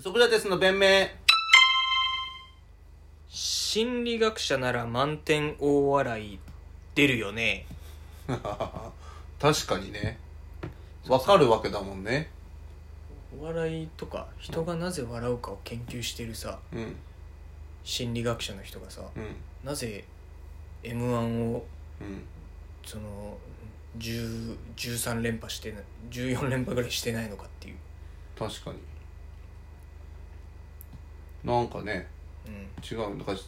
ソクラテスの弁明心理学者なら満点大笑い出るよね 確かにねわかるわけだもんねお笑いとか人がなぜ笑うかを研究してるさうん心理学者の人がさうんなぜ m 1をうんその10 13連覇してな14連覇ぐらいしてないのかっていう、確かになんかねうん、違うんだから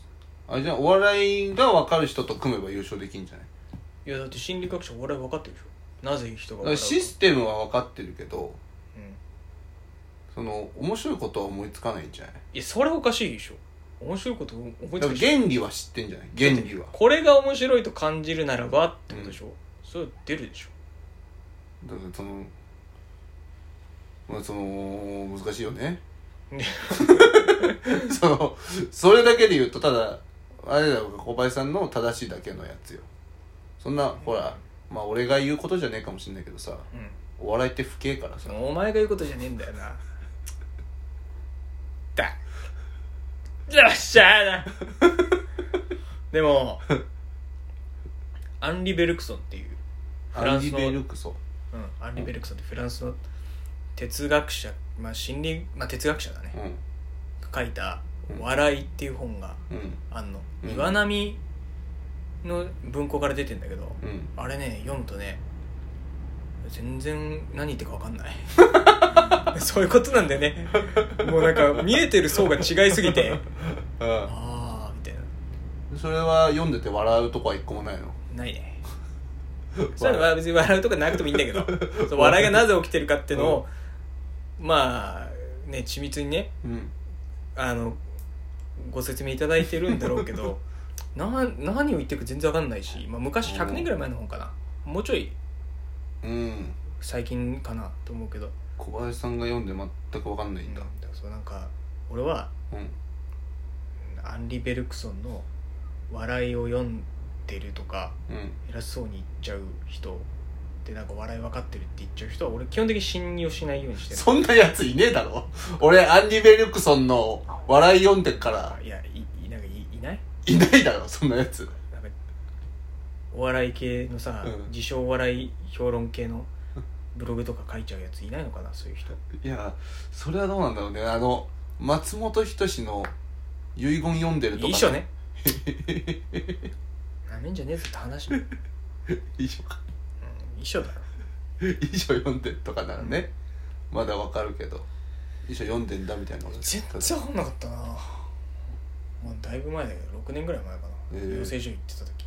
あれじゃんお笑いが分かる人と組めば優勝できんじゃないいやだって心理学者お笑い分かってるでしょなぜ人がだか笑らうかシステムは分かってるけどうん、いその面白いことは思いつかないんじゃないやそれおかしいでしょ面白いこと思いだつかくらでしょ原理は知ってんじゃない原理はこれが面白いと感じるならばってことでしょ、それ出るでしょだからそのまあその難しいよ ねそのそれだけで言うとただあれだよ小林さんの正しいだけのやつよそんなほらまあ俺が言うことじゃねえかもしれないけどさうんお笑いって不敬からさお前が言うことじゃねえんだよなだよっしゃーなでもアンリ・ベルクソンっていう、フアランンスディ・のベルクソうん、アンリ・ベルクソンってフランスの哲学者まあ心理まあ哲学者だねう書いたう「ん笑い」っていう本がんうんあんのうん岩波の文庫から出てんだけどうんあれね読むとね全然何言ってるか分かんない そういうことなんだよねもうなんか見えてる層が違いすぎ てうああみたいなんそれは読んでて笑うとこは一個もないのないねそれは別に笑うとかなくてもいいんだけどそう笑いがなぜ起きてるかっていうのを、まあね緻密にねうんあのご説明いただいてるんだろうけ どな何を言ってるか全然分かんないし、まあ、昔100年ぐらい前の本かなもうちょいうん最近かなと思うけど小林さんが読んで全く分かんないんだうんだからそうなんか俺はうんアンリ・ベルクソンの「笑いを読んでる」とかうん偉そうに言っちゃう人でなんか笑い分かってるって言っちゃう人は俺基本的に信用しないようにしてる そんなやついねえだろ俺、アンディ・ベルクソンの笑い読んでっから、いやいいなんかいいないいないだろ、そんなやつ。なんかお笑い系のさ、うん自称お笑い評論系のブログとか書いちゃうやついないのかなそういう人いや、それはどうなんだろうね。あの、松本人志の遺言読んでるとか、いいっしょ。ねなめんじゃねえぞって話、うん、 遺書か。一緒だろ遺書読んでるとかならね、まだわかるけど、遺書読んでんだみたいなこと全然分かんなかったなもうだいぶ前だけど6年ぐらい前かな、えー養成所行ってた時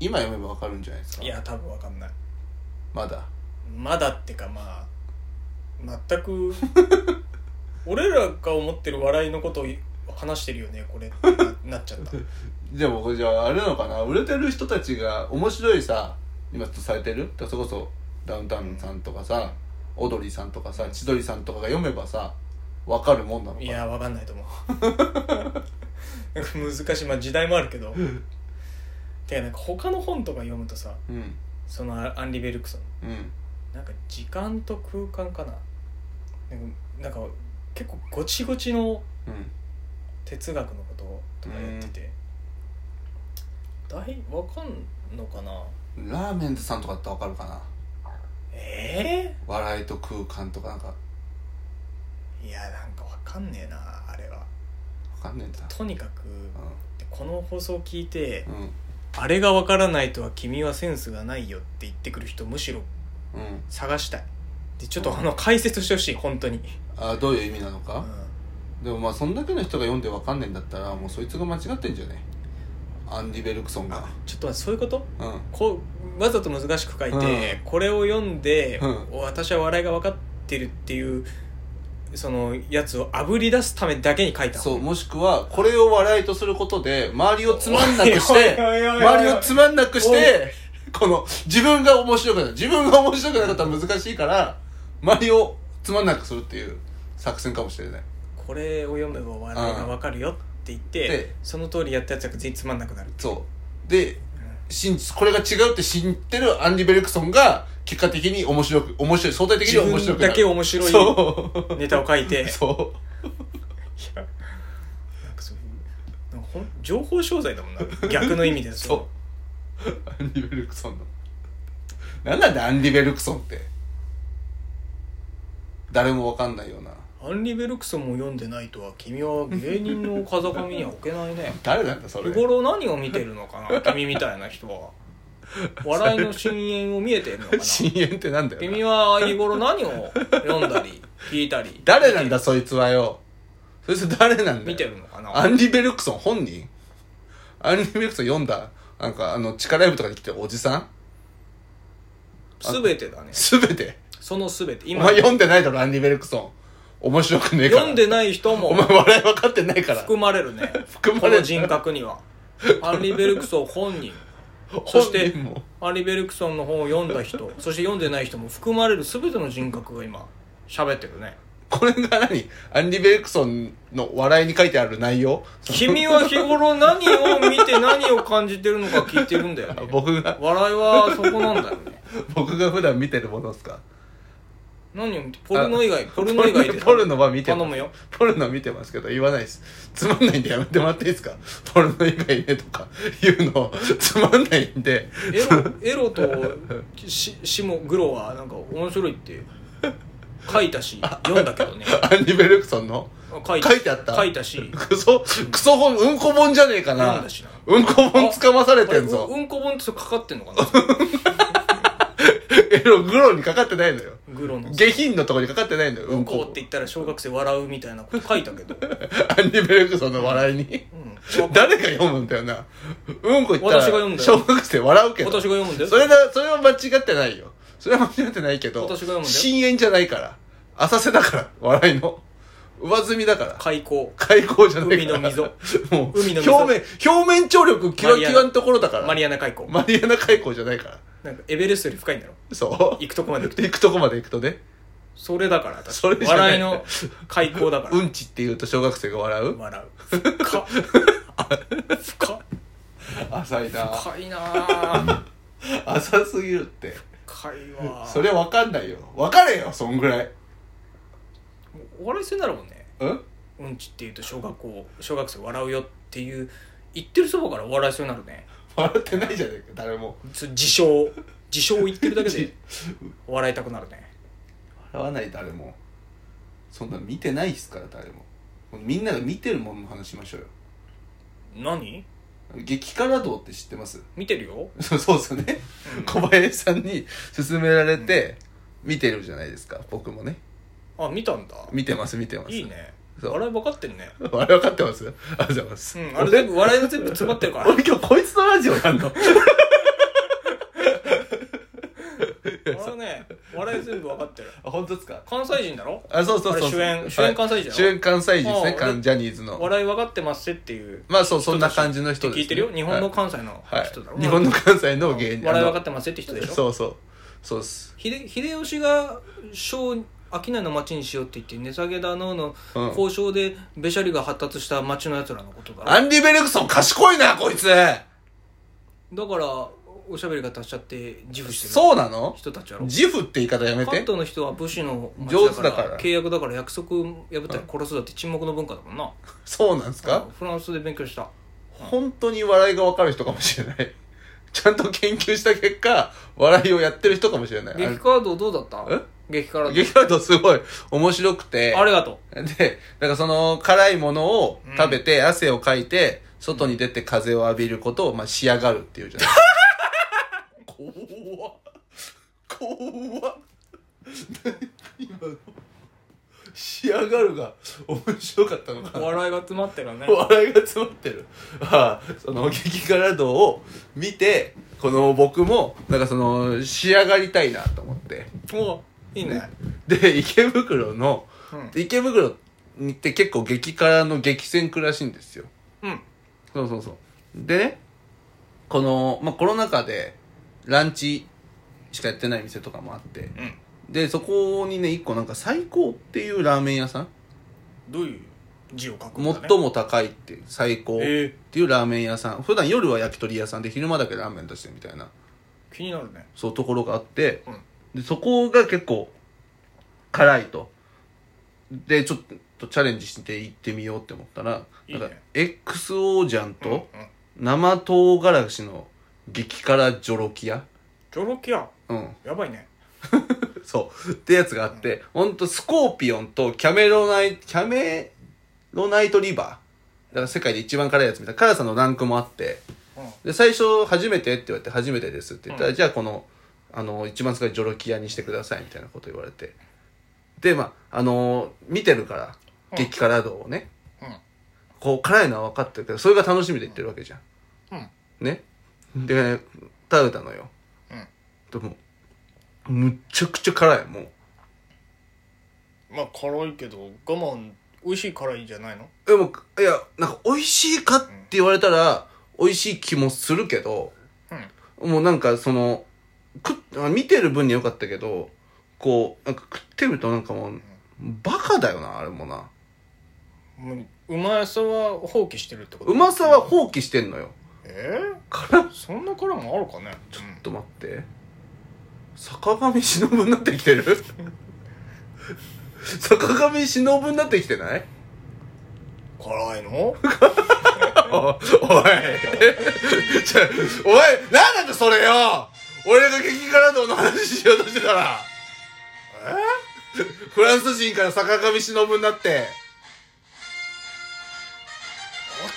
今読めばわかるんじゃないですか。いや多分分かんないまだ。まだってかまあ全く俺らが思ってる笑いのことを話してるよねこれってななっちゃったでもこれじゃああれなのかな売れてる人たちが面白いさ今ちょっとされてるだからそれこそダウンタウンさんとかさ、オドリーさんとかさ千鳥さんとかが読めばさわかるもんなのかいなや分かんないと思うなんか難しいまあ時代もあるけどてかなんか他の本とか読むとさうんうんそのアンリ・ベルクソンなんか時間と空間かななんかなんか結構ごちごちのうん哲学のこととかやってて大わかんのかなラーメンズさんとかだってわかるかなえ笑いと空間とかなんかわえいやなんかわかんねえなあれはかんねえんだとにかくでこの放送聞いてうんうん「あれがわからないとは君はセンスがないよ」って言ってくる人むしろうん探したいでちょっとあの解説してほしい本当にあどういう意味なのうか、んでもまあそんだけの人が読んでわかんねえんだったらもうそいつが間違ってんじゃねアンディ・ベルクソンがちょっと待ってそういうことうんこうわざと難しく書いて、うんこれを読んで、う私は笑いが分かってるっていうそのやつをあぶり出すためだけに書いたそう、もしくは、これを笑いとすることで、周りをつまんなくしおいおいて、おいおいおい周りをつまんなくして、この、自分が面白くない。自分が面白くなかったら難しいから、周りをつまんなくするっていう作戦かもしれない。これを読めば笑いが分かるよって言って、うんその通りやったやつが全員つまんなくなるそう。で、信じこれが違うって知ってるアンリ・ベルクソンが結果的に面白く面白い相対的に自面白分くなるだけ面白いそうネタを書いてそいやなんかそういうなんかほん情報商材だもんな逆の意味でうそ そうアンリ・ベルクソンのなんなんだアンリ・ベルクソンって誰もわかんないようなアンリ・ベルクソンも読んでないとは君は芸人の風上には置けな いね誰なんだそ日れ頃何を見てるのかな君みたいな人は笑いの深淵を見えてるの かな深淵ってなんだよな君は日頃何を読ん だり聞いたり誰なんだそいつはよそいつ誰なんだよ見てるのかなアンリ・ベルクソン本人アンリ・ベルクソン読んだなんかあの地下ライブとかに来てるおじさん全てだねすべてその全てお今前読んでないだろアンリ・ベルクソン面白くねえから読んでない人おも前笑い分かってないから含まれるね 含まこれるの人格にはアンリ・ベルクソン本 人そ本して人もアンリ・ベルクソンの本を読ん だ人そして読んでない人も含まれる全ての人格が今喋っ てるねこれが何アンリ・ベルクソンの笑いに書いてある内容君は日頃何を見て何を感じてるのか聞いてるんだよね僕が笑いはそこなんだよね僕が普段見てるものですか何を見てポルノ以外ポルノ以外でポルノは見てます頼むよポルノ見てますけど言わないですつまんないんでやめてもらっていいですかポルノ以外ねとか言うのつまんないんでエロエロとししもグロはなんか面白いって書いたし読んだけどねアンリ・ベルクソンの書い書いてあった書いたしクソクソ本うんこ本じゃねえか読んなだしなうんこ本つかまされあれてんうぞうんこ本ってそれかかってんのかなエログロにかかってないのよグロの下品のとこにかかってないのよううんんここって言ったら小学生笑うみたいなこと書いたけど、アンリ・ベルクソンの笑いにうん、誰が読むんだよなうんこ言ったら私が読むんだよ小学生笑うけど私が読むんだよそれだそれは間違ってないよそれは間違ってないけど私が読むんだよ深淵じゃないから浅瀬だから笑いの上積みだから開口開口じゃないから海の溝もう海の溝表面表面張力キワキワのところだからマリアナ開口マリアナ海溝じゃないからなんかエベレストより深いんだろそう行くとこまで行くと行くとこまで行くとねそれだから私それじゃない笑いの開口だかうらんちって言うと小学生が笑う笑う深っ深っ浅いな深いなぁ浅すぎるって深いわそれ分かんないよ分かれよそんぐらいお笑いせんだろうねうんうんちって言うと小学校小学生笑うよっていう言ってるそばからお笑いそうになるね笑ってないじゃねえか誰もそ自称自称を言ってるだ けでじ笑いたくなるね笑わない誰もそんな見てないっすから誰もみんなが見てるものの話しましょうよ何激辛道って知ってます 見てるよそうそうですよね、うん小林さんに勧められて見てるじゃないですか僕もねあ見たんだ見てます見てますいいねそう笑い分かってんねあれ分かってますありがとうございます、うんあれ全部笑いが全部詰まってるから 俺今日こいつのラジオなん の俺はね笑い全部分かってるあ本当ですか関西人だろあそうそうそうあれ主演はい主演関西人だろ主演関西人ですあねあ関ジャニーズの笑い分かってますっていうまあそうそんな感じの人人です、ね、で聞いてるよ日本はのい関西の人だはろい、日本の関西の芸人笑いあ分のかってますって人でしょそうそうそうっす秀秀吉が商商いの町にしようって言って値下げだののうん交渉でべしゃりが発達した町のやつらのことだろアンリ・ベルクソン賢いなこいつだからおしゃべりが達しちゃって自負してるそうなの人たちやろ自負って言い方やめ関て東の人は武士の町上手だから契約だから約束破ったら殺すだって沈黙の文化だもんなそうなんですかフランスで勉強した本当に笑いが分かる人かもしれない ちゃんと研究した結果笑いをやってる人かもしれないあ激れカードどうだったえ激辛激辛とすごい面白くてありがと で、なんかその辛いものを食べて汗をかいて、外に出て風を浴びることを、 まあ、仕上がるっていうじゃないですか。怖っ。怖っ。 今の、仕上がるが面白かったのかうな。笑いが詰まってるね笑いが詰まってる。ああ、その激辛道を見て、この僕も、なんかその、仕上がりたいなと思って。おいいねで、池袋の、うん池袋にって結構激辛の激戦区らしいんですようんそうそうそうでねこの、まあ、コロナ禍でランチしかやってない店とかもあってうんでそこにね一個なんか最高っていうラーメン屋さんどういう字を書くんだね最も高いって最高っえていうラーメン屋さん普段夜は焼き鳥屋さんで昼間だけラーメン出してるみたいなー気になるねそうところがあってうんでそこが結構辛いとでちょっとチャレンジして行ってみようって思ったらいいねなんか XO ジャンうんうんと生唐辛子の激辛ジョロキアジョロキアうんやばいねそう。ってやつがあって、ほんとスコーピオンとキャメロナイ、キャメロナイトリバー。だから世界で一番辛いやつみたいな辛さのランクもあって、うんで、最初初めてって言われて、初めてですって言ったら、うんじゃあこの、あの、一番辛いジョロキアにしてくださいみたいなこと言われて。で、まあ、あの見てるから、うん激辛度をね、うんこう辛いのは分かってるけど、それが楽しみで言ってるわけじゃん。うんね。で、食べたのよ。うんでも、むっちゃくちゃ辛い、もう。まあ辛いけど我慢美味しい辛いんじゃないのでも、いや、なんか、美味しいかって言われたら、美味しい気もするけど、うんもうなんか、その、食っあ見てる分には良かったけど、こう、なんか食ってみるとなんかもう、バカだよな、あれもな。もううまさは放棄してるってことうまさは放棄してんのよ。えから、ー、そんな辛いもんあるかねちょっと待って。坂上忍になってきてる 坂上忍になってきてない うん辛い のおおいちょおいなんなんだそれよ俺が激辛道の話しようとしてたらフランス人から坂上忍になってえ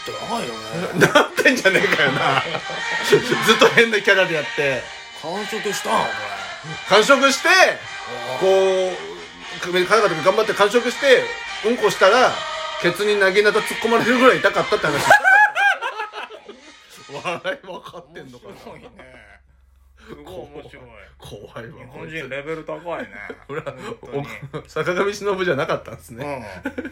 ー、あってないよねなってんじゃねえかよなずっと変なキャラでやって完食したのこ完食してこれう辛かったけど頑張って完食してうんこしたらケツになぎなた突っ込まれるぐらい痛かったって 話笑い分かってんのかな面白いねすごい 面白い怖いわ日 本人レベル高いねほら本当にお坂上忍じゃなかったんですねうん